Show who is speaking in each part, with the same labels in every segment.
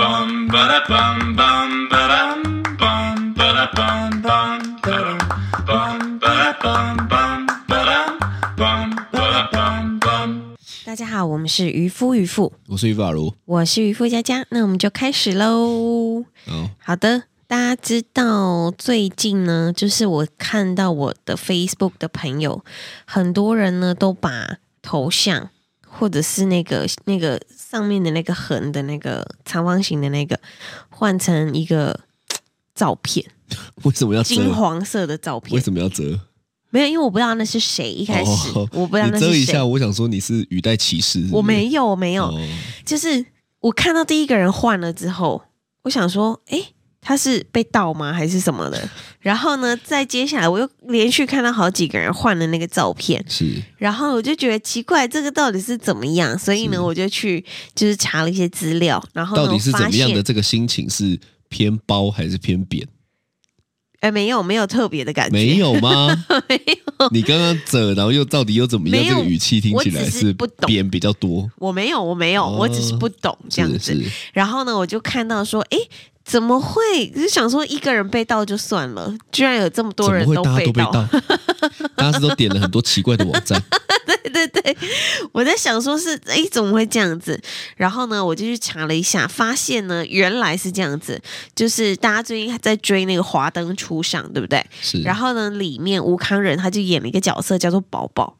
Speaker 1: bum ba da bum bum ba dum bum ba da bum bum ba dum bum ba da bum bum ba dum bum ba da bum bum.
Speaker 2: 大家好，我们是渔夫渔妇，
Speaker 3: 我是于法如。
Speaker 2: 我是渔夫佳佳，那我们就开始喽。
Speaker 3: 嗯，
Speaker 2: 好的，大家知道最近呢，就是我看到我的 Facebook 的朋友，很多人呢都把头像或者是那个那个上面的那个横的那个长方形的那个换成一个嘖照片，
Speaker 3: 为什么要
Speaker 2: 金
Speaker 3: 折？
Speaker 2: 黄色的照
Speaker 3: 啊为
Speaker 2: 片。
Speaker 3: 什么要折？
Speaker 2: 没有，因为我不知道那是谁，一开始、
Speaker 3: 哦
Speaker 2: 我不知道那
Speaker 3: 你折
Speaker 2: 是
Speaker 3: 一
Speaker 2: 谁
Speaker 3: 下，，我想说你是语带歧视。是不是
Speaker 2: 我没有，我没有。
Speaker 3: 嗯哦
Speaker 2: 就是我看到第一个人换了之后，我想说，诶，他是被盗吗，还是什么 的？然后呢，再接下来我又连续看到好几个人换了那个照片，
Speaker 3: 是
Speaker 2: 然后我就觉得奇怪，这个到底是怎么样？所以呢，
Speaker 3: 是
Speaker 2: 我就去就是查了一些资料，然后呢
Speaker 3: 到底是怎么
Speaker 2: 哦
Speaker 3: 样
Speaker 2: 我发
Speaker 3: 的
Speaker 2: 现
Speaker 3: 这个心情是偏包还是偏扁？
Speaker 2: 呃，没有没有特别的感觉，
Speaker 3: 没有吗？没有。你刚刚折，然后又到底又怎么样？
Speaker 2: 没
Speaker 3: 这
Speaker 2: 有
Speaker 3: 个语气听起
Speaker 2: 我
Speaker 3: 来
Speaker 2: 只是
Speaker 3: 是
Speaker 2: 不懂
Speaker 3: 扁比较多，
Speaker 2: 我没有我没有，我只是不懂这样
Speaker 3: 是
Speaker 2: 子。
Speaker 3: 是
Speaker 2: 然后呢，我就看到说，诶，怎么会？就想说一个人被盗就算了，居然有这么
Speaker 3: 怎
Speaker 2: 多
Speaker 3: 么
Speaker 2: 人
Speaker 3: 会大家
Speaker 2: 被
Speaker 3: 都被
Speaker 2: 盗。
Speaker 3: 盗？大家是都点了很多奇怪的网 站，
Speaker 2: 对对对，我在想说是哎怎么会这样子？然后呢，我就去查了一下，发现呢原来是这样子，就是大家最近在追那个《华灯初上》，对不对？
Speaker 3: 是
Speaker 2: 然后呢，里面吴康仁他就演了一个角色叫做宝宝，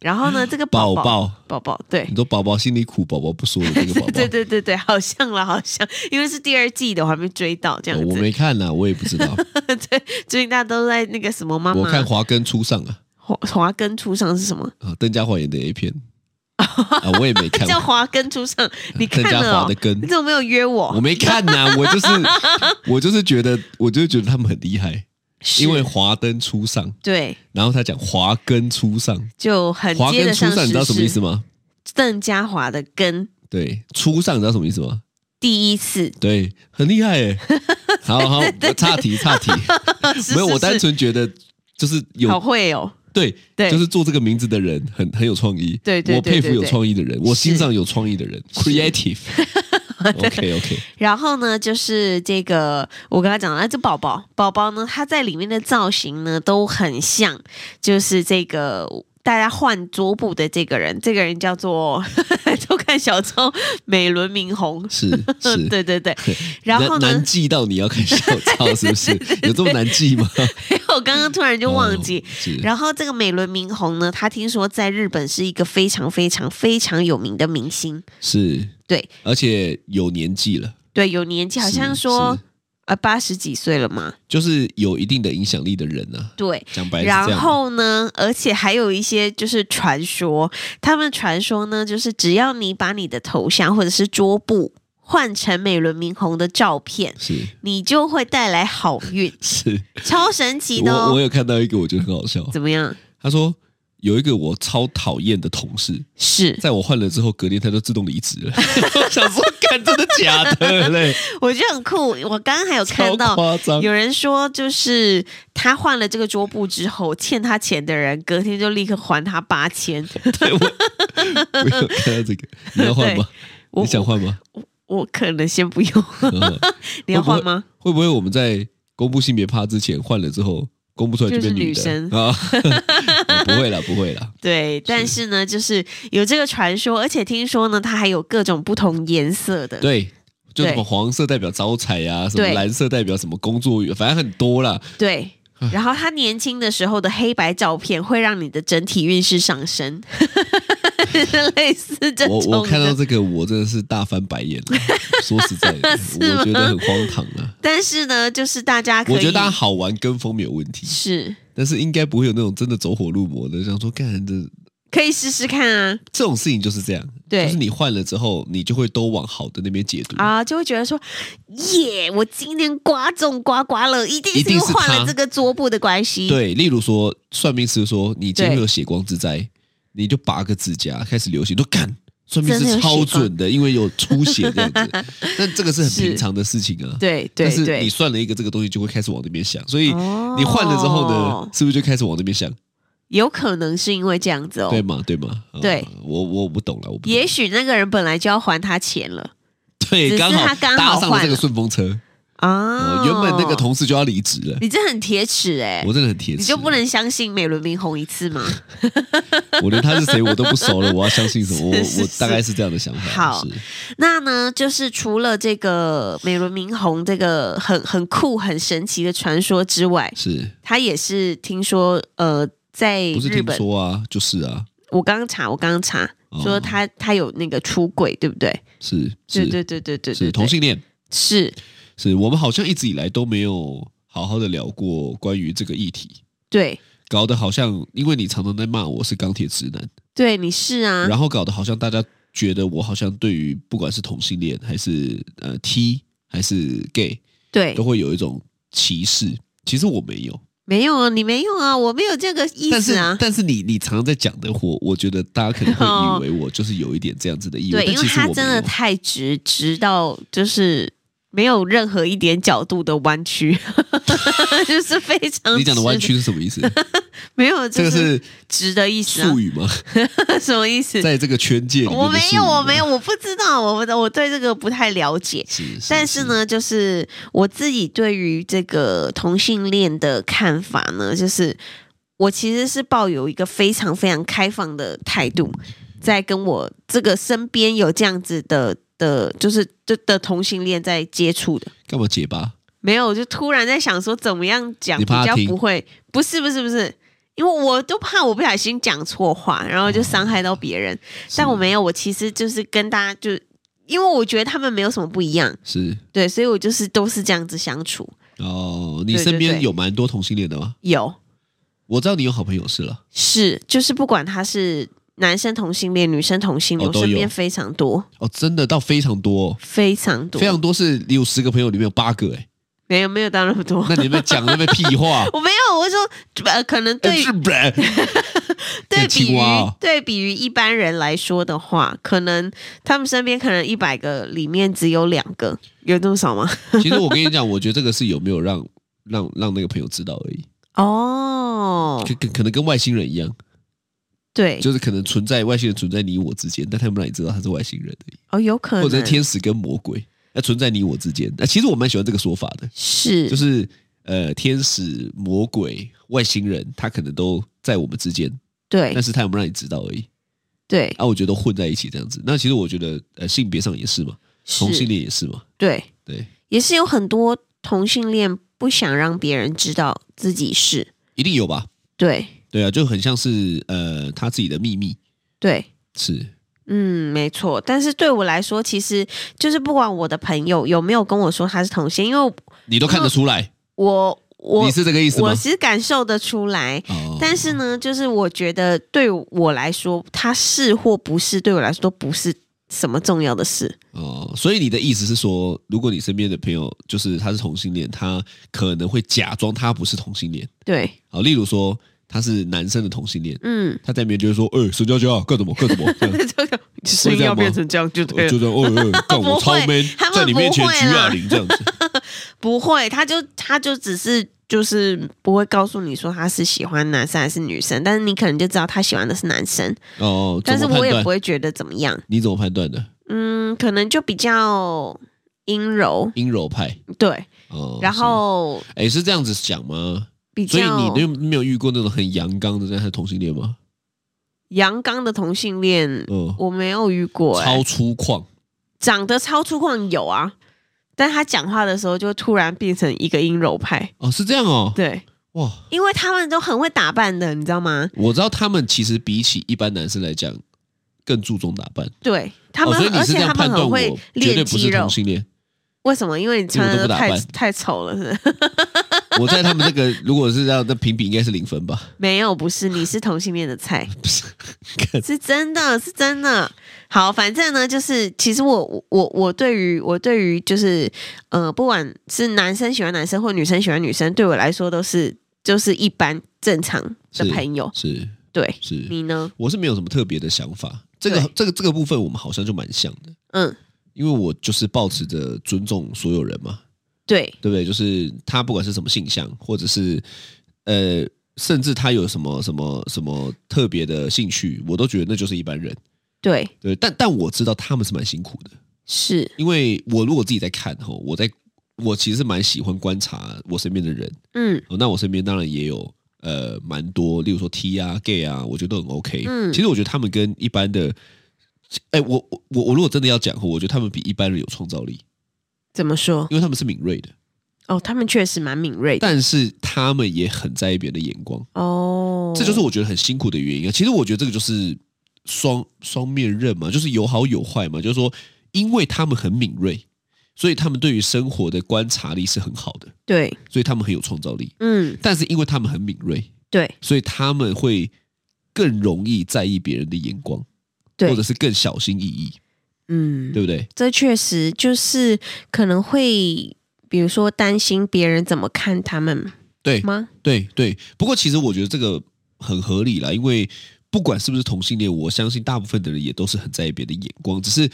Speaker 2: 然后 呢，这个宝宝
Speaker 3: 宝宝。
Speaker 2: 宝宝对
Speaker 3: 你。说宝宝心里苦，宝宝不说的这个宝 宝，
Speaker 2: 对对对对，好像了，好像，因为是第二季的，我还没追到这样
Speaker 3: 哦
Speaker 2: 子。
Speaker 3: 我没看呐、我也不 知道。
Speaker 2: 对，最近大家都在那个什么妈
Speaker 3: 我
Speaker 2: 妈
Speaker 3: 看华根初上啊，
Speaker 2: 华华根初上是什么？
Speaker 3: 啊，邓家华演的 A 片啊，我也没看，
Speaker 2: 叫华根初 上，你看
Speaker 3: 邓家
Speaker 2: 了、
Speaker 3: 华
Speaker 2: 哦
Speaker 3: 的？根
Speaker 2: 你，怎么没有约
Speaker 3: 我
Speaker 2: 我？
Speaker 3: 没 看呐、我就是我就是觉得我就是觉得他们很厉害，
Speaker 2: 是
Speaker 3: 因为华灯初上，
Speaker 2: 对，
Speaker 3: 然后他讲华根初上，
Speaker 2: 就很
Speaker 3: 华
Speaker 2: 接
Speaker 3: 根
Speaker 2: 得
Speaker 3: 初
Speaker 2: 上
Speaker 3: 上，你知道什么意思
Speaker 2: 吗？
Speaker 3: 吗？
Speaker 2: 邓家华的根
Speaker 3: 对，初上你知道什么意思吗？
Speaker 2: 第一次，
Speaker 3: 对，很厉 害耶。好好，我岔题岔题，
Speaker 2: 是
Speaker 3: 没 有，
Speaker 2: 是
Speaker 3: 我单
Speaker 2: 是
Speaker 3: 纯觉得就是有
Speaker 2: 好会哦，
Speaker 3: 对
Speaker 2: 对
Speaker 3: 就是做这个名字的人很很有创意。
Speaker 2: 对对对
Speaker 3: 我佩服
Speaker 2: 对
Speaker 3: 有
Speaker 2: 对
Speaker 3: 创意的人，我欣
Speaker 2: 是
Speaker 3: 赏有创意的人，creative。OK OK，
Speaker 2: 然后呢，就是这个我跟他讲了，这宝宝宝宝呢，他在里面的造型呢都很像，就是这个。大家换桌布的这个人，这个人叫做 就看小周美轮明宏， 嗯
Speaker 3: 是是。
Speaker 2: 对对对。然后
Speaker 3: 难
Speaker 2: 呢
Speaker 3: 难，记到你要看小抄是不 是？有这么难记吗？
Speaker 2: 我刚刚突然就 忘记，
Speaker 3: 哦是
Speaker 2: 然后这个美轮明宏呢，他听说在日本是一个非常非常非常有名的明星，
Speaker 3: 是，
Speaker 2: 对
Speaker 3: 而且有年纪了，
Speaker 2: 对，有年纪，好像
Speaker 3: 是
Speaker 2: 说
Speaker 3: 是
Speaker 2: 呃八十几岁了嘛，
Speaker 3: 就是有一定的影响力的人啊。
Speaker 2: 对。
Speaker 3: 讲白是这样
Speaker 2: 然后呢，而且还有一些就是传说，他们传说呢，就是只要你把你的头像或者是桌布换成美轮明宏的照片，
Speaker 3: 是，
Speaker 2: 你就会带来好运
Speaker 3: 是，
Speaker 2: 超神奇的
Speaker 3: 我我
Speaker 2: 哦。
Speaker 3: 有看到一个我觉得很好笑，
Speaker 2: 怎么样？
Speaker 3: 他说有一个我超讨厌的同事，
Speaker 2: 是，
Speaker 3: 在我换了之后，隔天他就自动离职了。 我想说，看真的假 的嘞？
Speaker 2: 我觉得很酷。我刚刚还有看到
Speaker 3: 超夸张
Speaker 2: 有，人说，就是他换了这个桌布之后，欠他钱的人隔天就立刻还他八千。
Speaker 3: 对我 我有看到这个，你 要换吗？
Speaker 2: 我
Speaker 3: 你想换吗？
Speaker 2: 我可能先不用，你要换吗？
Speaker 3: 会不会我们在公布性别趴之前换了之后，公布出来变女
Speaker 2: 就是女
Speaker 3: 的啊？ 哦不会啦，不会啦，
Speaker 2: 对，但是呢，就是有这个传说，而且听说呢，它还有各种不同颜色的。
Speaker 3: 对。就什
Speaker 2: 对
Speaker 3: 么黄色代表招财啊，什么
Speaker 2: 对
Speaker 3: 蓝色代表什么工作，反正很 多啦。
Speaker 2: 对然后他年轻的时候的黑白照片会让你的整体运势上升， 类似这
Speaker 3: 我
Speaker 2: 种
Speaker 3: 我看到
Speaker 2: 的。
Speaker 3: 这个，我真的是大翻白眼了。 说实在 的，我觉得很荒唐啊。
Speaker 2: 但是呢，就是大家可以，
Speaker 3: 我觉得大家好玩跟风没有问题，
Speaker 2: 是
Speaker 3: 但是应该不会有那种真的走火入魔的，想说干这
Speaker 2: 可以试试看啊。
Speaker 3: 这种事情就是这样，
Speaker 2: 对
Speaker 3: 就是你换了之后，你就会都往好的那边解读，
Speaker 2: 啊，就会觉得说，耶，我今天刮中刮刮乐，一定
Speaker 3: 一
Speaker 2: 是
Speaker 3: 定
Speaker 2: 因为
Speaker 3: 是
Speaker 2: 换了
Speaker 3: 他
Speaker 2: 这个桌布的关系。，
Speaker 3: 对，例如说算命师说你今天
Speaker 2: 对
Speaker 3: 会有血光之灾，你就拔个指甲开始流血，都干。算命
Speaker 2: 真的有
Speaker 3: 师
Speaker 2: 血光
Speaker 3: 超准的，因为有出血 这样子，但这个是很平常的事情啊。
Speaker 2: 对
Speaker 3: 但
Speaker 2: 对
Speaker 3: 是你
Speaker 2: 对，
Speaker 3: 算了一个这个东西，就会开始往那边想，所以
Speaker 2: 哦
Speaker 3: 你换了之后呢，是不是就开始往那边想？
Speaker 2: 有可能是因为这样子哦。
Speaker 3: 对吗？对吗？啊
Speaker 2: 对，
Speaker 3: 我我不懂了，我不懂
Speaker 2: 也许那个人本来就要还他钱了，
Speaker 3: 对，
Speaker 2: 只是
Speaker 3: 刚好
Speaker 2: 他刚好
Speaker 3: 搭上了这
Speaker 2: 换
Speaker 3: 个
Speaker 2: 了
Speaker 3: 顺风车。
Speaker 2: 啊
Speaker 3: 哦，原本那个，同事就要离职了，
Speaker 2: 你真的很铁齿哎、
Speaker 3: 我真的很铁齿，
Speaker 2: 你就不能相信美轮明宏一次吗？
Speaker 3: 我连他是谁我都不熟了，我要相信什么？我
Speaker 2: 是是
Speaker 3: 我
Speaker 2: 是
Speaker 3: 大概是这样的想法。
Speaker 2: 好
Speaker 3: 是
Speaker 2: 那呢，就是除了这个美轮明宏这个很很酷、很神奇的传说之外，
Speaker 3: 是，
Speaker 2: 他也是听说呃，在
Speaker 3: 不是
Speaker 2: 日
Speaker 3: 听
Speaker 2: 本，
Speaker 3: 说啊，就是啊，
Speaker 2: 我刚刚查，我刚刚查、
Speaker 3: 哦
Speaker 2: 说他他有那个出轨，对不对？
Speaker 3: 是
Speaker 2: 对
Speaker 3: 是
Speaker 2: 对对对对对，
Speaker 3: 是
Speaker 2: 对
Speaker 3: 同性恋，
Speaker 2: 是，
Speaker 3: 是我们好像一直以来都没有好好的聊过关于这个议题，
Speaker 2: 对
Speaker 3: 搞得好像因为你常常在骂我是钢铁直男，
Speaker 2: 对，你是啊，
Speaker 3: 然后搞得好像大家觉得我好像对于不管是同性恋还是呃 T 还是 gay
Speaker 2: 对
Speaker 3: 都，会有一种歧视，其实我没有。
Speaker 2: 没有啊，你没有啊，我没有这个意
Speaker 3: 但
Speaker 2: 思
Speaker 3: 是
Speaker 2: 啊，
Speaker 3: 但是你你常常在讲的我，我觉得大家可能
Speaker 2: 哦
Speaker 3: 会以为我就是有一点这样子的意味，
Speaker 2: 对，
Speaker 3: 但
Speaker 2: 因为
Speaker 3: 其实我
Speaker 2: 他
Speaker 3: 没
Speaker 2: 真的
Speaker 3: 有。
Speaker 2: 太直，直到就是没有任何一点角度的弯曲， 就是非常
Speaker 3: 你讲的弯
Speaker 2: 直
Speaker 3: 曲是什么 意思？
Speaker 2: 没有，
Speaker 3: 这
Speaker 2: 就
Speaker 3: 个是
Speaker 2: 直的意思、啊
Speaker 3: 术，语吗？
Speaker 2: 什么意思？
Speaker 3: 在这个圈界里面，
Speaker 2: 我没有，我没。有，我不知道，我我对这个不太了解。
Speaker 3: 是，
Speaker 2: 但是，呢，就是我自己对于这个同性恋的看法呢，就是我其实是抱有一个非常非常开放的态度，在跟我这个身边有这样子的的，就是的的同性恋在接触的。
Speaker 3: 干嘛结巴？
Speaker 2: 没有，我就突然在想说，怎么样讲
Speaker 3: 你
Speaker 2: 比
Speaker 3: 怕他
Speaker 2: 较
Speaker 3: 听
Speaker 2: 不会？不是，不是，不是，因为我都怕我不小心讲错话，然后就伤害到别
Speaker 3: 哦
Speaker 2: 人。但我没有，我其实就是跟大家就，因为我觉得他们没有什么不一样，
Speaker 3: 是
Speaker 2: 对，所以我就是都是这样子相处。
Speaker 3: 哦，你
Speaker 2: 对对
Speaker 3: 身边
Speaker 2: 对
Speaker 3: 有蛮多同性恋的吗？
Speaker 2: 有
Speaker 3: 我知道你有好朋友是了。
Speaker 2: 是，就是不管他是男生同性恋、女生同性恋，
Speaker 3: 哦
Speaker 2: 我身
Speaker 3: 都有
Speaker 2: 边非常多，
Speaker 3: 哦，真的到非常多哦，
Speaker 2: 非常多，
Speaker 3: 非常多是你有十个朋友里面有八个哎，
Speaker 2: 没有没有到那么多。，
Speaker 3: 那你们讲那么屁话哎
Speaker 2: 我没有，我是说呃，可能 对于
Speaker 3: 日本
Speaker 2: 对
Speaker 3: 变
Speaker 2: 比
Speaker 3: 青
Speaker 2: 于
Speaker 3: 蛙哦
Speaker 2: 对比于一般人来说的话，可能他们身边可能一百个里面只有两个，有这么少吗？
Speaker 3: 其实我跟你讲，我觉得这个是有没有让让让那个朋友知道而已，
Speaker 2: 哦，
Speaker 3: 可可可能跟外星人一样，
Speaker 2: 对，
Speaker 3: 就是可能存在外星人存在你我之间，但他们让你知道他是外星人而已，
Speaker 2: 哦，有可能
Speaker 3: 或者是天使跟魔鬼，那存在你我之间。哎那、其实我蛮喜欢这个说法的，
Speaker 2: 是
Speaker 3: 就是呃，天使、魔鬼、外星人，他可能都在我们之间，
Speaker 2: 对
Speaker 3: 但是他有没有让你知道而已。
Speaker 2: 对
Speaker 3: 啊，我觉得都混在一起这样子。那其实我觉得呃，性别上也是嘛，同
Speaker 2: 是，
Speaker 3: 性恋也是嘛，
Speaker 2: 对，
Speaker 3: 对，
Speaker 2: 也是有很多同性恋不想让别人知道自己是，
Speaker 3: 一定有吧？
Speaker 2: 对
Speaker 3: 对啊，就很像是呃他自己的秘密
Speaker 2: 对。
Speaker 3: 是。
Speaker 2: 嗯，没错。但是对我来说，其实就是不管我的朋友有没有跟我说他是同性，因为
Speaker 3: 你都看得出来，
Speaker 2: 我哦我
Speaker 3: 你是这个意思吗
Speaker 2: 我？是感受得出来，
Speaker 3: 哦
Speaker 2: 但是呢，就是我觉得对我来说，它是或不是，对我来说都不是什么重要的事。
Speaker 3: 哦，所以你的意思是说，如果你身边的朋友就是他是同性恋，他可能会假装他不是同性恋。
Speaker 2: 对，
Speaker 3: 好，例如说他是男生的同性恋，
Speaker 2: 嗯，
Speaker 3: 他在里面就会说：“哎、沈佳佳干什么干什么？” 这样
Speaker 2: 这个声音要变成这样就对
Speaker 3: 我就
Speaker 2: 了，
Speaker 3: 这样，哦、哎干
Speaker 2: 不
Speaker 3: 我超
Speaker 2: 会
Speaker 3: man，
Speaker 2: 他们
Speaker 3: 在你面前
Speaker 2: 不会啊
Speaker 3: 举
Speaker 2: 啦
Speaker 3: 哑铃这样子。
Speaker 2: 不会，他就他就只是就是不会告诉你说他是喜欢男生还是女生，但是你可能就知道他喜欢的是男生，
Speaker 3: 哦，怎
Speaker 2: 但是
Speaker 3: 么
Speaker 2: 我
Speaker 3: 判
Speaker 2: 也
Speaker 3: 断
Speaker 2: 不？会觉得怎么样，
Speaker 3: 你怎么判断的？
Speaker 2: 嗯，可能就比较阴柔，
Speaker 3: 阴柔派
Speaker 2: 对，
Speaker 3: 哦。
Speaker 2: 然后
Speaker 3: 是，哎、是这样子讲吗？
Speaker 2: 比
Speaker 3: 所以你
Speaker 2: 较
Speaker 3: 没有没有遇过那种很阳刚的，但他是同性恋吗？
Speaker 2: 阳刚的同性恋。
Speaker 3: 嗯，
Speaker 2: 我没有遇过、欸，
Speaker 3: 超粗犷。
Speaker 2: 长得超粗犷有啊，但他讲话的时候就突然变成一个阴柔派。
Speaker 3: 哦，是这样哦。
Speaker 2: 对，
Speaker 3: 哇，
Speaker 2: 因为他们都很会打扮的，你知道吗？
Speaker 3: 我知道他们其实比起一般男生来讲，更注重打扮。
Speaker 2: 对他们
Speaker 3: 哦、所以
Speaker 2: 很，
Speaker 3: 你
Speaker 2: 而
Speaker 3: 是
Speaker 2: 且
Speaker 3: 这样
Speaker 2: 他
Speaker 3: 判
Speaker 2: 们
Speaker 3: 断
Speaker 2: 很
Speaker 3: 我
Speaker 2: 会
Speaker 3: 绝对
Speaker 2: 练
Speaker 3: 不
Speaker 2: 肌
Speaker 3: 是
Speaker 2: 肉
Speaker 3: 同。性恋。
Speaker 2: 为什么？因为你穿
Speaker 3: 因为
Speaker 2: 的
Speaker 3: 我都不打
Speaker 2: 太
Speaker 3: 扮
Speaker 2: 太丑了，是不 是？
Speaker 3: 我在他们这个如果是这样，那评比应该是零分吧？
Speaker 2: 没有，不是，你是同性恋的 菜，
Speaker 3: 不是，
Speaker 2: 是真的，是真的。好，反正呢，就是其实我我我我对于我对于就是呃，不管是男生喜欢男生或女生喜欢女生，对我来说都是就是一般正常的
Speaker 3: 是
Speaker 2: 朋友。
Speaker 3: 是
Speaker 2: 对
Speaker 3: 是，
Speaker 2: 你呢？
Speaker 3: 我是没有什么特别的想法。这个
Speaker 2: 嗯对
Speaker 3: 这个这个部分我们好像就蛮像的，
Speaker 2: 嗯，
Speaker 3: 因为我就是保持着尊重所有人嘛，
Speaker 2: 对，
Speaker 3: 对不对？就是他不管是什么性向，或者是呃，甚至他有什么什么什么特别的兴趣，我都觉得那就是一般人。
Speaker 2: 对，
Speaker 3: 对，但但我知道他们是蛮辛苦的。
Speaker 2: 是
Speaker 3: 因为我如果自己在看吼，我在我其实是蛮喜欢观察我身边的人，
Speaker 2: 嗯
Speaker 3: 哦那我身边当然也有呃蛮多，例如说 T 啊、gay 啊，我觉得都很 OK。
Speaker 2: 嗯
Speaker 3: 其实我觉得他们跟一般的，哎、我我我我如果真的要讲吼，我觉得他们比一般人有创造力，
Speaker 2: 怎么说？
Speaker 3: 因为他们是敏锐的，
Speaker 2: 哦，他们确实蛮敏锐的
Speaker 3: 但是他们也很在意别人的眼光，
Speaker 2: 哦，
Speaker 3: 这就是我觉得很辛苦的原因啊。其实我觉得这个就是双双面刃嘛，就是有好有坏嘛，就是说，因为他们很敏锐，所以他们对于生活的观察力是很好的，
Speaker 2: 对，
Speaker 3: 所以他们很有创造力。
Speaker 2: 嗯
Speaker 3: 但是因为他们很敏锐，
Speaker 2: 对
Speaker 3: 所以他们会更容易在意别人的眼光，或
Speaker 2: 对
Speaker 3: 者，是更小心翼翼，
Speaker 2: 嗯，
Speaker 3: 对不对？
Speaker 2: 这确实就是可能会，比如说担心别人怎么看他们
Speaker 3: 对
Speaker 2: 吗？
Speaker 3: 对对。不过其实我觉得这个很合理啦，因为不管是不是同性恋，我相信大部分的人也都是很在意别人的眼光，只是。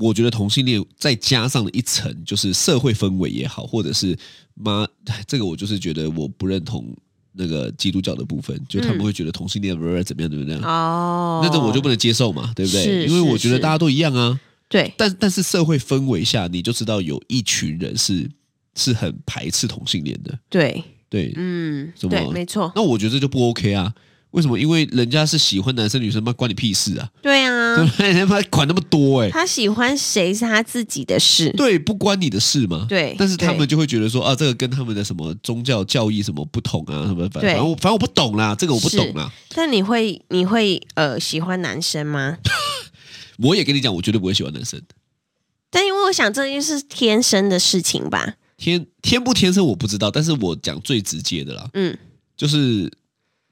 Speaker 3: 我觉得同性恋再加上了一层，就是社会氛围也好，或者是妈， 哎这个我就是觉得我不认同那个基督教的部分，就他们
Speaker 2: 嗯
Speaker 3: 会觉得同性恋怎么样怎么样怎么样，
Speaker 2: 哦，
Speaker 3: 那这我就不能接受嘛，对不对？
Speaker 2: 是
Speaker 3: 因为我觉得
Speaker 2: 是
Speaker 3: 大家都一样啊，
Speaker 2: 对
Speaker 3: 但但是社会氛围下，你就知道有一群人是是很排斥同性恋的，
Speaker 2: 对，
Speaker 3: 对。
Speaker 2: 嗯，
Speaker 3: 什么
Speaker 2: 对，没错，
Speaker 3: 那我觉得这就不 OK 啊。为什么？因为人家是喜欢男生女生，妈关你屁事啊！
Speaker 2: 对啊，
Speaker 3: 对不对？ 他妈管那么多哎、
Speaker 2: 他喜欢谁是他自己的事，
Speaker 3: 对，不关你的事嘛。
Speaker 2: 对
Speaker 3: 但是他
Speaker 2: 对
Speaker 3: 们就会觉得说啊，这个跟他们的什么宗教教义什么不同啊，什么反
Speaker 2: 对
Speaker 3: 反正我反正我不懂啦，这个我不
Speaker 2: 是
Speaker 3: 懂啊啦。
Speaker 2: 但你会你会呃喜欢男生吗？
Speaker 3: 我也跟你讲，我绝对不会喜欢男生。
Speaker 2: 但因为我想这就是天生的事情吧，
Speaker 3: 天天不天生我不知道，但是我讲最直接的啦，
Speaker 2: 嗯，
Speaker 3: 就是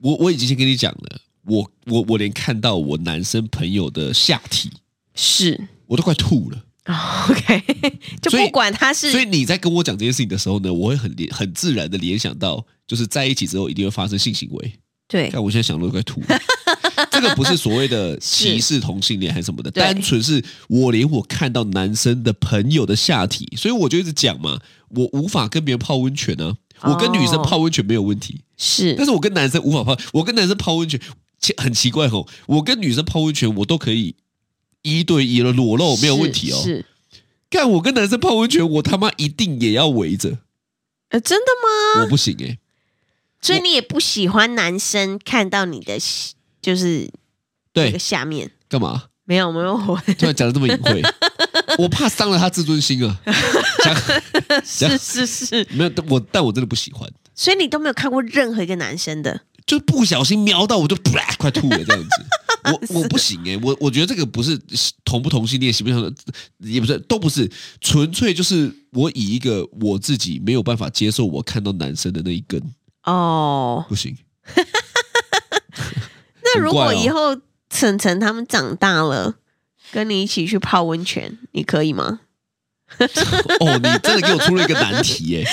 Speaker 3: 我我已经先跟你讲了，我我我连看到我男生朋友的下体，
Speaker 2: 是、
Speaker 3: 我都快吐了。
Speaker 2: 哦、OK，就
Speaker 3: 所以
Speaker 2: 不管他是
Speaker 3: 所以你在跟我讲这件事情的时候呢，我会很联很自然的联想到，就是在一起之后一定会发生性行为。
Speaker 2: 对
Speaker 3: 但我现在想都快吐了。这个不是所 谓的歧视同性恋还是什么的，
Speaker 2: 对
Speaker 3: 单纯是我连我看到男生的朋友的下体，所以我就一直讲嘛，我无法跟别人泡温泉呢、啊。我跟女生
Speaker 2: 哦
Speaker 3: 泡温泉没有问题，但
Speaker 2: 是
Speaker 3: 是我跟男生无法泡，我跟男生泡温泉其很奇怪哦，我跟女生泡温泉我都可以一对一了，裸露没有问题哦。
Speaker 2: 是
Speaker 3: 干我跟男生泡温泉，我他妈一定也要围着，
Speaker 2: 呃真的吗？
Speaker 3: 我不行哎、
Speaker 2: 所以你也不喜欢男生看到你的就是那个
Speaker 3: 对，
Speaker 2: 下面
Speaker 3: 干嘛？
Speaker 2: 没有没有我
Speaker 3: 突然讲的这么隐晦，我怕伤了他自尊心啊。讲
Speaker 2: 是是是，
Speaker 3: 没有我，但我真的不喜欢，
Speaker 2: 所以你都没有看过任何一个男生的
Speaker 3: 就不小心瞄到我就啪快吐了这 样子。我我不行哎、我我觉得这个不是同不同性恋，喜不喜欢，也不是都不是，纯粹就是我以一个我自己没有办法接受我看到男生的那一根
Speaker 2: 哦。
Speaker 3: 不行。
Speaker 2: 那如
Speaker 3: 很
Speaker 2: 果
Speaker 3: 怪哦
Speaker 2: 以后晨晨他们长大了，跟你一起去泡温泉，你可以吗？
Speaker 3: 哦，你真的给我出了一个难题 耶、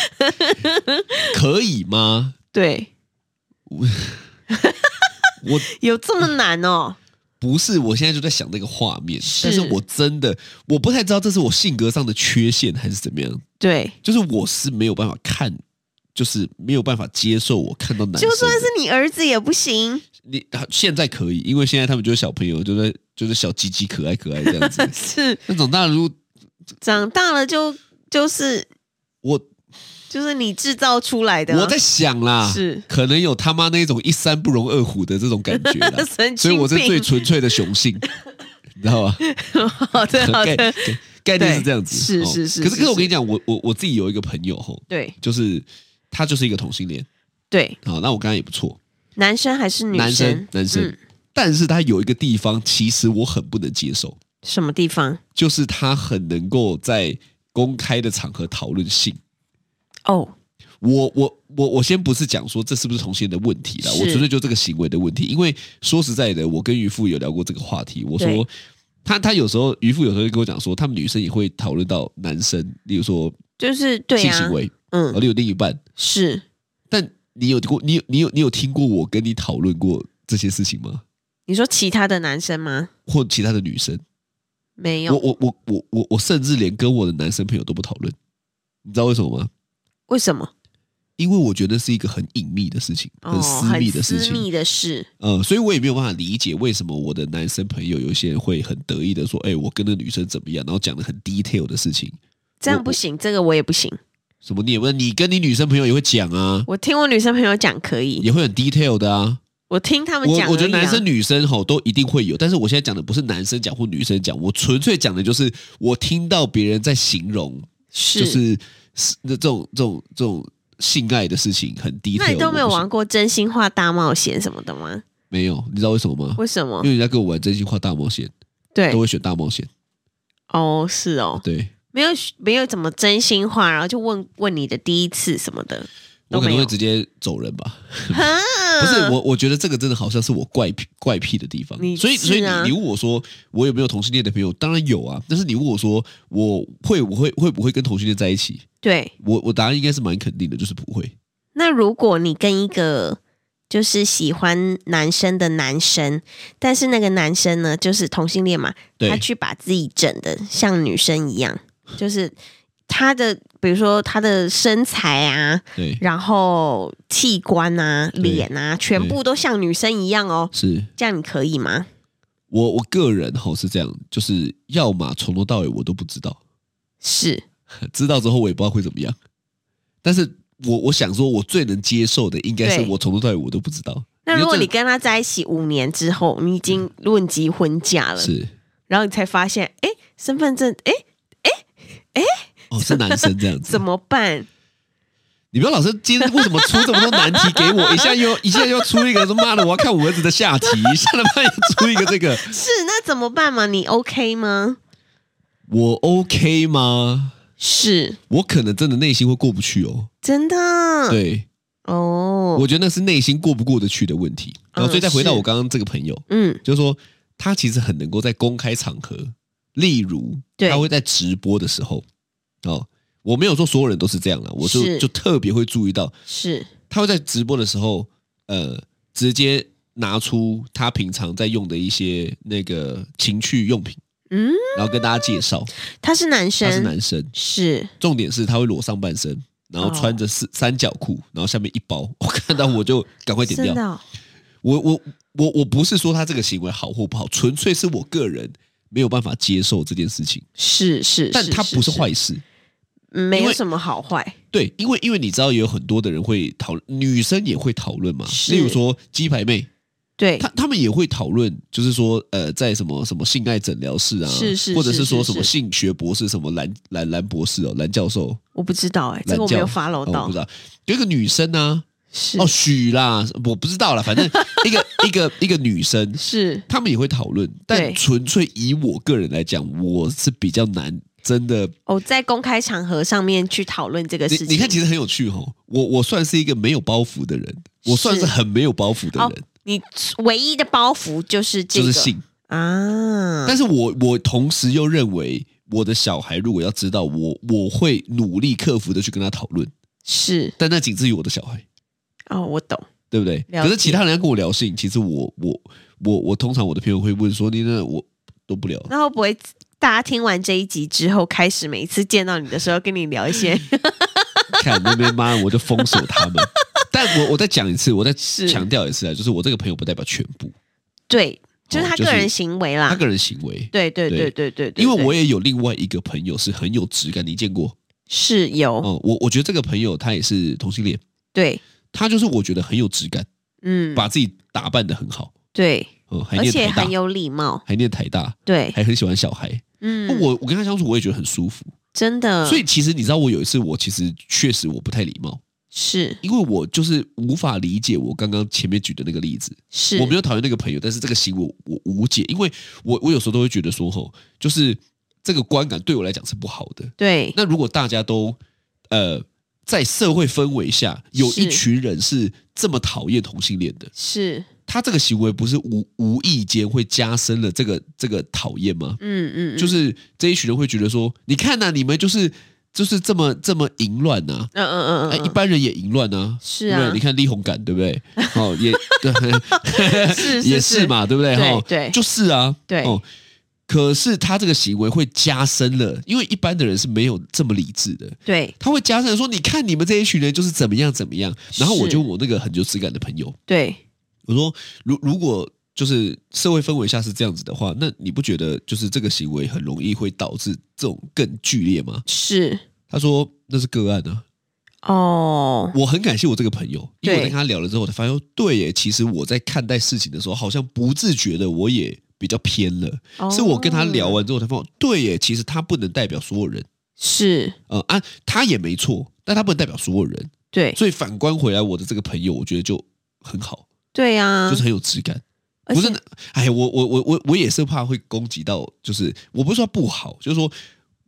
Speaker 3: 可以吗？
Speaker 2: 对，
Speaker 3: 我
Speaker 2: 有这么难哦？
Speaker 3: 不是，我现在就在想那个画面，
Speaker 2: 是
Speaker 3: 但是我真的我不太知道这是我性格上的缺陷还是怎么样，
Speaker 2: 对，
Speaker 3: 就是我是没有办法看，就是没有办法接受我看到男生
Speaker 2: 就
Speaker 3: 的。
Speaker 2: 算是你儿子也不行，。
Speaker 3: 你啊现在可以，因为现在他们就是小朋友，就是就是小鸡鸡可爱可爱这样子
Speaker 2: 是
Speaker 3: 那长大了如果
Speaker 2: 长大了就就是
Speaker 3: 我
Speaker 2: 就是你制造出来的啊、
Speaker 3: 我在想啦，
Speaker 2: 是，
Speaker 3: 可能有他妈那种一山不容二虎的这种感觉啦
Speaker 2: 神
Speaker 3: 所以
Speaker 2: 经
Speaker 3: 我是
Speaker 2: 病
Speaker 3: 最纯粹的 雄性，你知道吧？
Speaker 2: 好的好
Speaker 3: 概
Speaker 2: 的，
Speaker 3: 概念是这样子，
Speaker 2: 是
Speaker 3: 哦
Speaker 2: 是是
Speaker 3: 可是
Speaker 2: 是
Speaker 3: 可是我跟你
Speaker 2: 是
Speaker 3: 讲，我我我自己有一个朋友吼，
Speaker 2: 对
Speaker 3: 就是他就是一个同性恋，
Speaker 2: 对，
Speaker 3: 好，那我跟他也不错，
Speaker 2: 男生还是女
Speaker 3: 男生男生，
Speaker 2: 嗯
Speaker 3: 但是他有一个地方其实我很不能接受，
Speaker 2: 什么地方？
Speaker 3: 就是他很能够在公开的场合讨论性。
Speaker 2: 哦，
Speaker 3: 我我我我先不是讲说这是不是同性恋的问题啦，
Speaker 2: 是
Speaker 3: 我纯粹就这个行为的问题。因为说实在的，我跟渔夫有聊过这个话题，我
Speaker 2: 对
Speaker 3: 说他他有时候渔夫有时候会跟我讲说，他们女生也会讨论到男生，例如说
Speaker 2: 就是对
Speaker 3: 性
Speaker 2: 啊
Speaker 3: 行，为，哦
Speaker 2: 嗯，
Speaker 3: 例如另一半。
Speaker 2: 是
Speaker 3: 但你有过你有你有你有听过我跟你讨论过这些事情吗？
Speaker 2: 你说其他的男生吗？
Speaker 3: 或其他的女生？
Speaker 2: 没
Speaker 3: 我
Speaker 2: 有，
Speaker 3: 我我我我我甚至连跟我的男生朋友都不讨论，你知道为什么吗？
Speaker 2: 为什么？
Speaker 3: 因为我觉得是一个很隐秘的事情，
Speaker 2: 哦，
Speaker 3: 私密的事
Speaker 2: 很私
Speaker 3: 情。
Speaker 2: 密的事，
Speaker 3: 呃，所以我也没有办法理解为什么我的男生朋友有一些人会很得意的说：“哎、我跟那女生怎么样？”然后讲的很 detail 的事情，
Speaker 2: 这样不行，这个我也不行。
Speaker 3: 什么你也问你跟你女生朋友也会讲啊，
Speaker 2: 我听我女生朋友讲可以，
Speaker 3: 也会很 detail 的啊。
Speaker 2: 我听嗯他们
Speaker 3: 我
Speaker 2: 讲而已啊、
Speaker 3: 我觉得男生女生吼都一定会有，但是我现在讲的不是男生讲或女生讲，我纯粹讲的就是我听到别人在形容，
Speaker 2: 是
Speaker 3: 就是是那这种这种这种性爱的事情很 detail。
Speaker 2: 那你都没有
Speaker 3: 我不
Speaker 2: 玩
Speaker 3: 行？
Speaker 2: 过真心话大冒险什么的吗？
Speaker 3: 没有，你知道为什么吗？
Speaker 2: 为什么
Speaker 3: 因？为人家跟我玩真心话大冒险，
Speaker 2: 对
Speaker 3: 嗯都，会选大冒险。
Speaker 2: 哦，是哦，
Speaker 3: 对，
Speaker 2: 没有没有怎么真心话，然后就问问你的第一次什么的
Speaker 3: 我
Speaker 2: 都
Speaker 3: 可
Speaker 2: 没
Speaker 3: 能会
Speaker 2: 有。嗯
Speaker 3: 直接走人吧。
Speaker 2: 不
Speaker 3: 不是我，我觉得这个真的好像是我怪癖怪癖的地方。
Speaker 2: 你
Speaker 3: 所以，所以
Speaker 2: 是啊
Speaker 3: 你你问我说我有没有同性恋的朋友，当然有啊。但是你问我说我会我会会不会跟同性恋在一起，
Speaker 2: 对。
Speaker 3: 我我答案应该是蛮肯定的，就是不会。
Speaker 2: 那如果你跟一个就是喜欢男生的男生，但是那个男生呢，就是同性恋嘛，
Speaker 3: 对
Speaker 2: 他去把自己整的像女生一样，就是他的，比如说他的身材啊，
Speaker 3: 对，
Speaker 2: 然后器官啊、
Speaker 3: 对
Speaker 2: 脸啊，全部都像女生一样哦。
Speaker 3: 是
Speaker 2: 这样你可以吗？
Speaker 3: 我我个人吼是这样，就是要么从头到尾我都不知道，
Speaker 2: 是
Speaker 3: 知道之后我也不知道会怎么样。但是我我想说，我最能接受的应该是
Speaker 2: 对
Speaker 3: 我从头到尾我都不知道。
Speaker 2: 那如果你
Speaker 3: 就这嗯
Speaker 2: 跟他在一起五年之后，你已经论及婚嫁了，
Speaker 3: 是
Speaker 2: 然后你才发现，哎，身份证，哎，
Speaker 3: 哦是男生这样 子
Speaker 2: 怎，么办？
Speaker 3: 你不要老是今天为什么出这么多难题给我？一下又一下又出一个说妈的，我要看我儿子的下题，一下他妈又出一个这个，
Speaker 2: 是那怎么办嘛？你 OK 吗？
Speaker 3: 我 OK 吗？
Speaker 2: 是
Speaker 3: 我可能真的内心会过不去哦。
Speaker 2: 真的啊
Speaker 3: 对，
Speaker 2: 嗯哦，嗯
Speaker 3: 我觉得那是内心过不过得去的问题。然后，所以再回到
Speaker 2: 是
Speaker 3: 我刚刚这个朋友，
Speaker 2: 嗯，
Speaker 3: 就是说他其实很能够在公开场合，例如
Speaker 2: 对
Speaker 3: 他会在直播的时候，哦，我没有说所有人都是这样了，我就是就特别会注意到，
Speaker 2: 是
Speaker 3: 他会在直播的时候，呃，直接拿出他平常在用的一些那个情趣用品，
Speaker 2: 嗯，
Speaker 3: 然后跟大家介绍。
Speaker 2: 他是男生，
Speaker 3: 他是男生，
Speaker 2: 是
Speaker 3: 重点是他会裸上半身，然后穿
Speaker 2: 哦
Speaker 3: 着四、三角裤，然后下面一包。 我看到我就赶快点
Speaker 2: 真
Speaker 3: 掉。
Speaker 2: 的哦
Speaker 3: 我我我我不是说他这个行为好或不好，纯粹是我个人没有办法接受这件事情，
Speaker 2: 是是，
Speaker 3: 但他不是坏事。
Speaker 2: 嗯，没
Speaker 3: 因
Speaker 2: 有
Speaker 3: 为
Speaker 2: 什么好坏，
Speaker 3: 对，因为因为你知道，也有很多的人会讨，女生也会讨论嘛。
Speaker 2: 是
Speaker 3: 例如说鸡排妹，
Speaker 2: 对
Speaker 3: 他他们也会讨论，就是说，呃，在什么什么性爱诊疗室啊，
Speaker 2: 是是
Speaker 3: 或者
Speaker 2: 是
Speaker 3: 是说
Speaker 2: 是
Speaker 3: 什么
Speaker 2: 是
Speaker 3: 性学博士，什么蓝蓝蓝博士哦，蓝教授，
Speaker 2: 我不知道哎、这
Speaker 3: 蓝
Speaker 2: 个我
Speaker 3: 教
Speaker 2: 没有 follow
Speaker 3: 哦我
Speaker 2: 到
Speaker 3: 不，知道，有一个女生呢、
Speaker 2: 是、
Speaker 3: 哦，许啦，我不知道啦，反正一个一个一个女生，
Speaker 2: 是
Speaker 3: 他们也会讨论，但
Speaker 2: 对
Speaker 3: 纯粹以我个人来讲，我是比较难，真的，
Speaker 2: 哦，在公开场合上面去讨论这个
Speaker 3: 你
Speaker 2: 事情，
Speaker 3: 你看，其实很有趣哦，我我算是一个没有包袱的人，我算是
Speaker 2: 是
Speaker 3: 很没有包袱的
Speaker 2: 哦
Speaker 3: 人，，
Speaker 2: 你唯一的包袱就是这
Speaker 3: 就
Speaker 2: 个、
Speaker 3: 是性。
Speaker 2: 啊，
Speaker 3: 但是我我同时又认为，我的小孩如果要知道我，我会努力克服的去跟他讨论，
Speaker 2: 是
Speaker 3: 但那仅至于我的小孩，
Speaker 2: 哦，我懂，
Speaker 3: 对不对？
Speaker 2: 了解
Speaker 3: 可是其他人要跟我聊性，其实我我我我通常我的朋友会问说，你那我都 不聊，
Speaker 2: 那会不会大家听完这一集之后，开始每一次见到你的时候跟你聊一些
Speaker 3: 看那边妈我就封锁他 们。但我我再讲一次，我再
Speaker 2: 是
Speaker 3: 强调一次啊，就是我这个朋友不代表全部，
Speaker 2: 对，就是
Speaker 3: 哦
Speaker 2: 他
Speaker 3: 就
Speaker 2: 个
Speaker 3: 是
Speaker 2: 人行为啦，
Speaker 3: 他个人行为。
Speaker 2: 啊对对对
Speaker 3: 对
Speaker 2: 对对对，
Speaker 3: 因为我
Speaker 2: 也
Speaker 3: 也有另外一个朋友是很有质感，你见过？
Speaker 2: 是有、
Speaker 3: 哦、我我觉得这个朋友他也是同性恋，
Speaker 2: 对，
Speaker 3: 他就是我觉得很有质感，
Speaker 2: 嗯，
Speaker 3: 把自己打扮的很好。
Speaker 2: 对，
Speaker 3: 嗯，还
Speaker 2: 而
Speaker 3: 念
Speaker 2: 且
Speaker 3: 台
Speaker 2: 很
Speaker 3: 大，
Speaker 2: 有礼貌，
Speaker 3: 还念台大，
Speaker 2: 对，
Speaker 3: 还很喜欢小孩。
Speaker 2: 嗯，
Speaker 3: 我我跟他相处，我也觉得很舒服。
Speaker 2: 真的，
Speaker 3: 所以其实你知道，我有一次，我其实确实我不太礼貌，
Speaker 2: 是
Speaker 3: 因为我就是无法理解我刚刚前面举的那个例子。
Speaker 2: 是，
Speaker 3: 我没有讨厌那个朋友，但是这个行为我我无解，因为我我有时候都会觉得说，吼，就是这个观感对我来讲是不好的。
Speaker 2: 对
Speaker 3: 那如果大家都呃在社会氛围下，有一
Speaker 2: 是
Speaker 3: 群人是这么讨厌同性恋的，
Speaker 2: 是，
Speaker 3: 他这个行为不是无无意间会加深了这个这个讨厌吗？
Speaker 2: 嗯嗯，嗯
Speaker 3: 就是这一群人会觉得说，你看呐、你们就是就是这么这么淫乱呐、
Speaker 2: 嗯嗯嗯
Speaker 3: 哎，
Speaker 2: 嗯
Speaker 3: 一般人也淫乱啊，
Speaker 2: 是
Speaker 3: 对不对
Speaker 2: 啊
Speaker 3: 你看力宏感对不对？哦， 也
Speaker 2: 是
Speaker 3: 也是，嘛，对不对？
Speaker 2: 对
Speaker 3: 哦
Speaker 2: 对
Speaker 3: 就是啊，
Speaker 2: 对
Speaker 3: 哦。可是他这个行为会加深了，因为一般的人是没有这么理智的，
Speaker 2: 对
Speaker 3: 他会加深说：“你看你们这一群人就是怎么样怎么样。”然后我
Speaker 2: 是
Speaker 3: 就问我那个很有质感的朋友，
Speaker 2: 对，
Speaker 3: 我说：“如如果就是社会氛围下是这样子的话，那你不觉得就是这个行为很容易会导致这种更剧烈吗
Speaker 2: 是？”
Speaker 3: 他说：“那是个案啊。”
Speaker 2: 哦，
Speaker 3: 我很感谢我这个朋友，因为
Speaker 2: 对
Speaker 3: 我在跟他聊了之后，我才发现，对耶，其实我在看待事情的时候，好像不自觉的我也比较偏了。
Speaker 2: 哦
Speaker 3: 是我跟他聊完之后，才发现，对耶，其实他不能代表所有人，
Speaker 2: 是，
Speaker 3: 呃啊，他也没错，但他不能代表所有人。
Speaker 2: 对
Speaker 3: 所以反观回来，我的这个朋友，我觉得就很好，
Speaker 2: 对啊，
Speaker 3: 就是很有质感。
Speaker 2: 而
Speaker 3: 不是
Speaker 2: 且
Speaker 3: 那，哎，我我我我我也是怕会攻击到，就是我不是说不好，就是说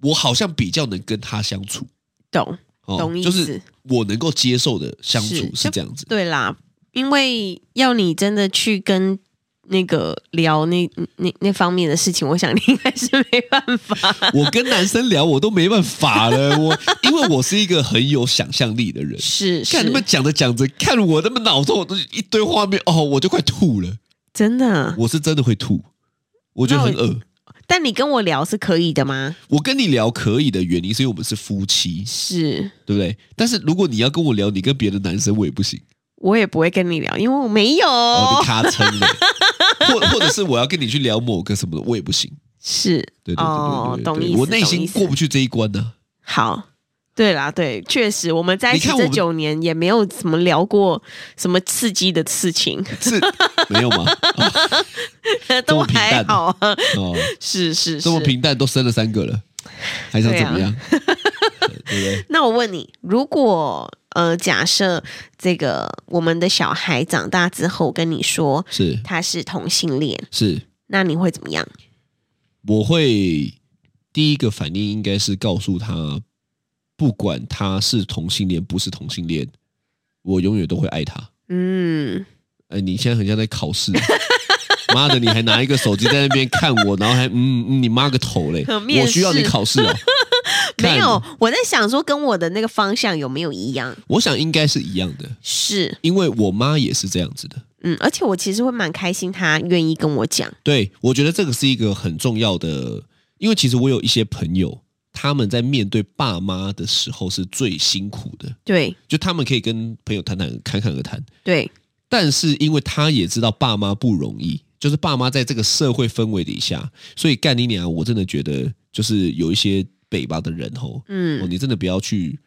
Speaker 3: 我好像比较能跟他相处，
Speaker 2: 懂
Speaker 3: 哦，
Speaker 2: 懂意
Speaker 3: 就
Speaker 2: 思
Speaker 3: 是我能够接受的相处
Speaker 2: 是
Speaker 3: 是这样子，
Speaker 2: 对啦，因为要你真的去跟那个聊那那那方面的事情，我想你应该是没办 法。
Speaker 3: 我跟男生聊我都没办法了，我因为我是一个很有想象力的人，
Speaker 2: 是是
Speaker 3: 看他们讲着讲着，看我他们脑中我都一堆画面，哦，我就快吐了，
Speaker 2: 真的，
Speaker 3: 我是真的会吐，我觉得很
Speaker 2: 那我
Speaker 3: 恶。
Speaker 2: 但你跟我聊是可以的吗？
Speaker 3: 我跟你聊可以的原因是因为我们是夫妻，
Speaker 2: 是
Speaker 3: 对不对？但是如果你要跟我聊你跟别的男生，我也不行。
Speaker 2: 我也不会跟你聊，因为我没有。
Speaker 3: 我被咔撑 了，或或者是我要跟你去聊某个什么的，我也不行。
Speaker 2: 是
Speaker 3: 对对对
Speaker 2: 哦
Speaker 3: 对，对
Speaker 2: 懂
Speaker 3: 对
Speaker 2: 意思，
Speaker 3: 我内
Speaker 2: 懂
Speaker 3: 心
Speaker 2: 意思
Speaker 3: 过不去这一关呢、
Speaker 2: 好。对啦，对，确实，我们在一起
Speaker 3: 你看我
Speaker 2: 这
Speaker 3: 们
Speaker 2: 九年也没有怎么聊过什么刺激的事情，
Speaker 3: 是没有 吗？
Speaker 2: 都
Speaker 3: 么平
Speaker 2: 还
Speaker 3: 淡
Speaker 2: 好啊。
Speaker 3: 哦，
Speaker 2: 是是
Speaker 3: 这么
Speaker 2: 是。
Speaker 3: 平淡都生了三个了，还想
Speaker 2: 对
Speaker 3: 怎
Speaker 2: 啊
Speaker 3: 么样？对 对不对？
Speaker 2: 那我问你，如果呃，假设这个我们的小孩长大之后跟你说
Speaker 3: 是
Speaker 2: 他是同性恋，
Speaker 3: 是，
Speaker 2: 那你会怎么样？
Speaker 3: 我会第一个反应应该是告诉他，不管他是同性恋不是同性恋，我永远都会爱他。
Speaker 2: 嗯，
Speaker 3: 哎，你现在很像在考试。 妈的，你还拿一个手机在那边看我，然后还嗯嗯，你妈个头嘞！
Speaker 2: 很面
Speaker 3: 我需要你
Speaker 2: 试
Speaker 3: 考试哦。看
Speaker 2: 没有，，我在想说跟我的那个方向有没有一样？
Speaker 3: 我想应该是一样的，
Speaker 2: 是，
Speaker 3: 因为我妈也是这样子的。
Speaker 2: 嗯，而且我其实会蛮开心他愿意跟我讲。
Speaker 3: 对，我觉得这个是一个很重要的，因为其实我有一些朋友，他们在面对爸妈的时候是最辛苦的，
Speaker 2: 对
Speaker 3: 就他们可以跟朋友谈谈侃侃而谈，
Speaker 2: 对，
Speaker 3: 但是因为他也知道爸妈不容易，就是爸妈在这个社会氛围底下，所以干你娘，我真的觉得就是有一些北吧的人吼，哦，
Speaker 2: 嗯，
Speaker 3: 你真的不要去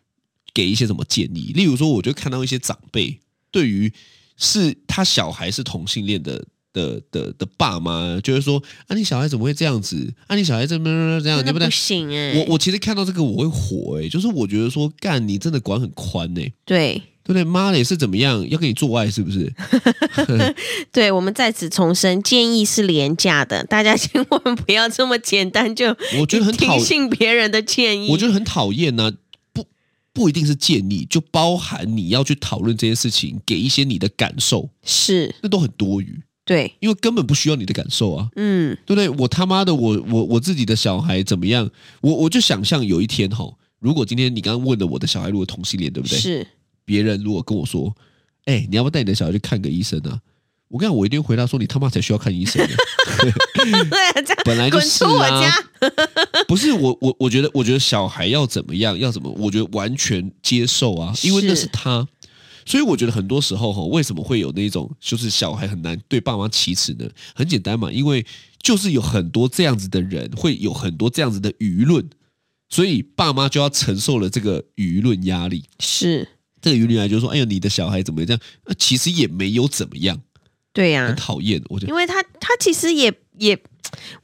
Speaker 3: 给一些什么建议。例如说，我就看到一些长辈对于是他小孩是同性恋的。的的的爸妈就会说：“啊，你小孩怎么会这样子？啊，你小孩怎么这
Speaker 2: 真
Speaker 3: 样？呃你
Speaker 2: 的
Speaker 3: 不能
Speaker 2: 不行哎、
Speaker 3: 我我其实看到这个我会火哎、就是我觉得说干你真的管很宽哎、
Speaker 2: 对
Speaker 3: 对不对？妈嘞是怎么样？要跟你做爱是不是？
Speaker 2: 对，我们在此重申，建议是廉价的， 大家千万不要这么简单就
Speaker 3: 我觉得很讨
Speaker 2: 听信别人的建议。
Speaker 3: 我觉得很讨厌呐、不不一定是建议，就包含你要去讨论这些事情，给一些你的感受，
Speaker 2: 是
Speaker 3: 那都很多余，
Speaker 2: 对，
Speaker 3: 因为根本不需要你的感受啊，
Speaker 2: 嗯，
Speaker 3: 对不对？我他妈的，我我我自己的小孩怎么样？我我就想象有一天吼，如果今天你刚刚问的我的小孩如果同性恋，对不对？
Speaker 2: 是
Speaker 3: 别人如果跟我说，哎、你要不要带你的小孩去看个医生啊？我跟你讲，我一定会回答说，你他妈才需要看医生呢。
Speaker 2: 对，这样
Speaker 3: 本来就
Speaker 2: 滚
Speaker 3: 是
Speaker 2: 出
Speaker 3: 啊
Speaker 2: 我家，
Speaker 3: 不是我我我觉得我觉得小孩要怎么样要怎么，我觉得完全接受啊，因为那
Speaker 2: 是
Speaker 3: 是他。所以我觉得很多时候哈，为什么会有那种就是小孩很难对爸妈启齿呢？很简单嘛，因为就是有很多这样子的人，会有很多这样子的舆论，所以爸妈就要承受了这个舆论压力。
Speaker 2: 是
Speaker 3: 这个舆论压力就说：“哎呦，你的小孩怎么这样？”呃其实也没有怎么样，
Speaker 2: 对呀、
Speaker 3: 很讨厌。我觉
Speaker 2: 嗯
Speaker 3: 得
Speaker 2: 因为他他其实也也，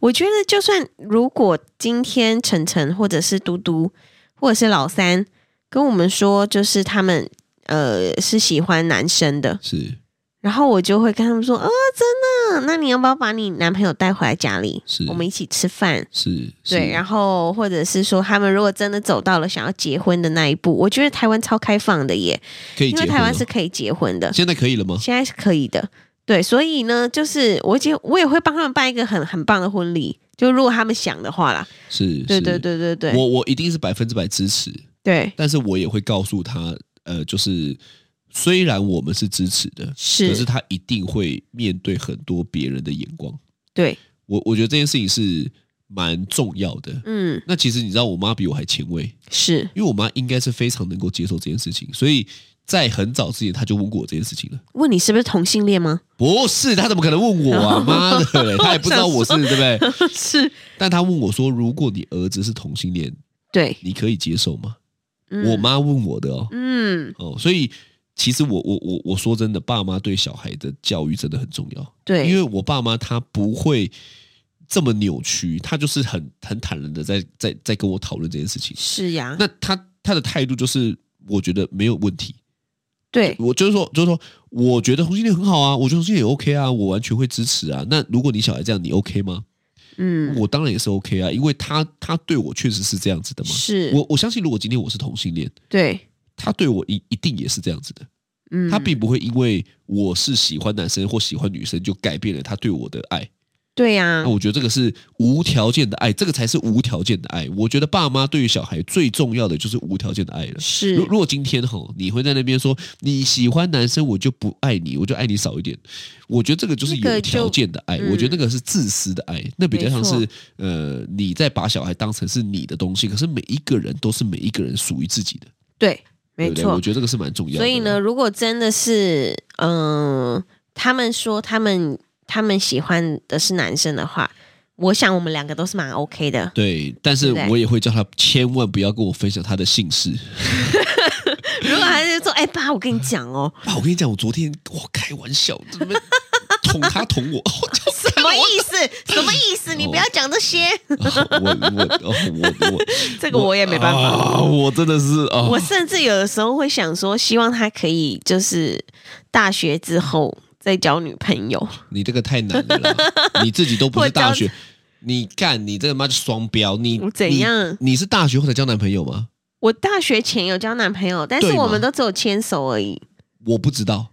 Speaker 2: 我觉得就算如果今天晨晨或者是嘟嘟或者是老三跟我们说，就是他们呃是喜欢男生的，
Speaker 3: 是
Speaker 2: 然后我就会跟他们说，哦，真的，那你要不要把你男朋友带回来家里，
Speaker 3: 是
Speaker 2: 我们一起吃饭？
Speaker 3: 是，
Speaker 2: 对，然
Speaker 3: 后
Speaker 2: 后或者是说，他们如果真的走到了想要结婚的那一步，我觉得台湾超开放的耶，
Speaker 3: 可以
Speaker 2: 因
Speaker 3: 结
Speaker 2: 为
Speaker 3: 婚
Speaker 2: 台湾是
Speaker 3: 了。
Speaker 2: 可以结婚的，
Speaker 3: 现在可以了吗？
Speaker 2: 现在是可以的。对，所以呢，就是我姐我也会帮他们办一个很很棒的婚礼，就如果他们想的话啦。
Speaker 3: 是，
Speaker 2: 对
Speaker 3: 是
Speaker 2: 对对对对
Speaker 3: 我我一定是百分之百支持，
Speaker 2: 对，
Speaker 3: 但是我也会告诉他，呃，就是虽然我们是支持的，可是
Speaker 2: 是，
Speaker 3: 他一定会面对很多别人的眼光。
Speaker 2: 对
Speaker 3: 我我觉得这件事情是蛮重要的。
Speaker 2: 嗯，
Speaker 3: 那其实你知道，我妈比我还前卫，
Speaker 2: 是
Speaker 3: 因为我妈应该是非常能够接受这件事情，所以在很早之前她就问过我这件事情了。
Speaker 2: 问你是不是同性恋吗？
Speaker 3: 不是，她怎么可能问我啊？妈的嘞，她也不知道我是对不对？
Speaker 2: 是，
Speaker 3: 但她问我说，如果你儿子是同性恋，
Speaker 2: 对，
Speaker 3: 你可以接受吗？
Speaker 2: 嗯
Speaker 3: 我妈问我的哦，
Speaker 2: 嗯，
Speaker 3: 哦，所以其实我我我我说真的，爸妈对小孩的教育真的很重要，
Speaker 2: 对，
Speaker 3: 因为我爸妈他不会这么扭曲，他就是很很坦然的在在在跟我讨论这件事情。
Speaker 2: 是呀，
Speaker 3: 那他他的态度就是，我觉得没有问题，
Speaker 2: 对，
Speaker 3: 我就是说就是说，我觉得同性恋很好啊，我觉得同性恋也 OK 啊，我完全会支持啊。那如果你小孩这样，你 OK 吗？
Speaker 2: 嗯，
Speaker 3: 我当然也是 OK 啊，因为他他对我确实是这样子的嘛。
Speaker 2: 是，
Speaker 3: 我我相信，如果今天我是同性恋，
Speaker 2: 对，
Speaker 3: 他对我一一定也是这样子的。
Speaker 2: 嗯，
Speaker 3: 他并不会因为我是喜欢男生或喜欢女生就改变了他对我的爱。
Speaker 2: 对呀
Speaker 3: 那，我觉得这个是无条件的爱，这个才是无条件的爱。我觉得爸妈对于小孩最重要的就是无条件的爱了。
Speaker 2: 是
Speaker 3: 如，如果今天吼，你会在那边说你喜欢男生，我就不爱你，我就爱你少一点。我觉得这个就是
Speaker 2: 那个就
Speaker 3: 有条件的爱，
Speaker 2: 嗯
Speaker 3: 我觉得那个是自私的爱，那比较像
Speaker 2: 没
Speaker 3: 是呃，你在把小孩当成是你的东西，可是每一个人都是每一个人属于自己的，
Speaker 2: 对，
Speaker 3: 对
Speaker 2: 没
Speaker 3: 不对？
Speaker 2: 错
Speaker 3: 我，觉得这个是蛮重要的。
Speaker 2: 所以呢，，如果真的是，嗯、他们说他们他们喜欢的是男生的话，我想我们两个都是蛮 OK 的。
Speaker 3: 对，但是
Speaker 2: 对不对
Speaker 3: 我也会叫他千万不要跟我分享他的姓氏。
Speaker 2: 如果他就说，哎、爸，我跟你讲哦，
Speaker 3: 啊，我跟你讲，我昨天我开玩笑，怎么捅他捅我， 我就
Speaker 2: 什么意思？ 什么意思？你不要讲这些，
Speaker 3: 我我哦我我
Speaker 2: 这个我也没办法。
Speaker 3: 啊，我真的是啊，
Speaker 2: 我甚至有的时候会想说，希望他可以就是大学之后再交女朋友。
Speaker 3: 你这个太难了 啦，你自己都不是大
Speaker 2: 我
Speaker 3: 学，你干你这个妈就双标，你
Speaker 2: 我怎样
Speaker 3: 你？你是大学后才交男朋友吗？
Speaker 2: 我大学前有交男朋友，但是
Speaker 3: 对嘛
Speaker 2: 我们都只有牵手而已。
Speaker 3: 我不 知道，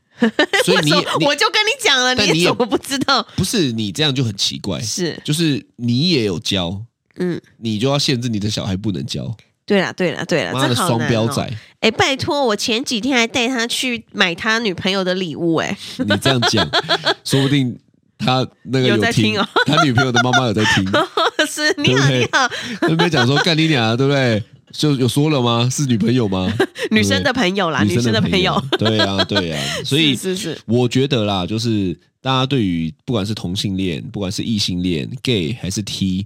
Speaker 3: 所以你
Speaker 2: 我
Speaker 3: 你
Speaker 2: 我就跟你讲了，
Speaker 3: 但你
Speaker 2: 你
Speaker 3: 也哎
Speaker 2: 怎么不知道？
Speaker 3: 不是你这样就很奇怪，
Speaker 2: 是，
Speaker 3: 就是你也有交，
Speaker 2: 嗯。
Speaker 3: 你就要限制你的小孩不能交，
Speaker 2: 对啦，对啦，对啦，
Speaker 3: 妈的
Speaker 2: 这好
Speaker 3: 双
Speaker 2: 难
Speaker 3: 标
Speaker 2: 哦
Speaker 3: 仔。
Speaker 2: 哎、拜托，我前几天还带他去买他女朋友的礼物、哎，
Speaker 3: 你这样讲，说不定他那个
Speaker 2: 有在
Speaker 3: 听，
Speaker 2: 听哦
Speaker 3: 他女朋友的妈妈有在 听，
Speaker 2: 是你好，
Speaker 3: 对
Speaker 2: 你好，
Speaker 3: 那边讲说干你俩，对不对？就有说了吗？是女朋友 吗？
Speaker 2: 女生的朋友啦，女生
Speaker 3: 生
Speaker 2: 的
Speaker 3: 朋
Speaker 2: 朋友，，
Speaker 3: 对呀，对呀。 所以
Speaker 2: 是是是，
Speaker 3: 我觉得啦，就是大家对于不管是同性恋，不管是异性恋，gay 还是 T，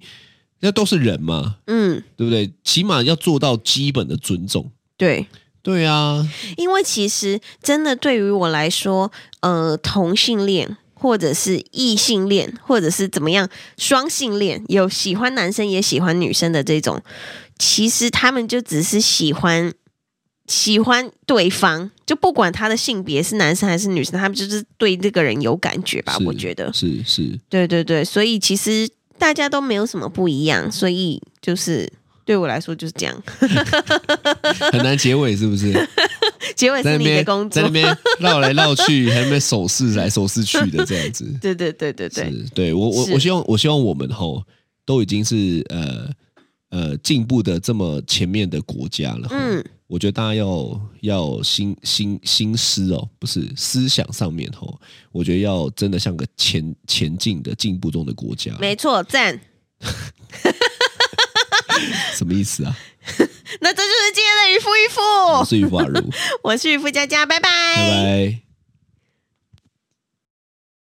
Speaker 3: 那都是人嘛，
Speaker 2: 嗯，
Speaker 3: 对不对？起码要做到基本的尊重。
Speaker 2: 对，
Speaker 3: 对啊，
Speaker 2: 因为其实真的对于我来说，呃，同性恋。或者是异性恋，或者是怎么样，双性恋有喜欢男生也喜欢女生的这种，其实他们就只是喜欢喜欢对方，就不管他的性别是男生还是女生，他们就是对这个人有感觉吧？
Speaker 3: 是
Speaker 2: 我觉得，
Speaker 3: 是是，
Speaker 2: 对对对，所以其实大家都没有什么不一样，所以就是对我来说就是这样。
Speaker 3: 很难结尾是不是？
Speaker 2: 结尾
Speaker 3: 在
Speaker 2: 是
Speaker 3: 那
Speaker 2: 你的
Speaker 3: 边
Speaker 2: 工
Speaker 3: 在
Speaker 2: 作
Speaker 3: 那，边绕来绕去，还在那边手势来手势去的这样子。
Speaker 2: 对对对对 对，
Speaker 3: 是，对我我
Speaker 2: 是
Speaker 3: 我希望我希望我们吼都已经是呃呃进步的这么前面的国家了。嗯
Speaker 2: 嗯，
Speaker 3: 我觉得大家要要心心心思哦，不是思想上面吼，我觉得要真的像个前前进的进步中的国家。
Speaker 2: 没错，赞。
Speaker 3: 什么意思啊？
Speaker 2: 那这就是今天的渔夫渔
Speaker 3: 我
Speaker 2: 夫，
Speaker 3: 是于法如，
Speaker 2: 嗯我是渔夫佳佳，拜
Speaker 3: 拜拜。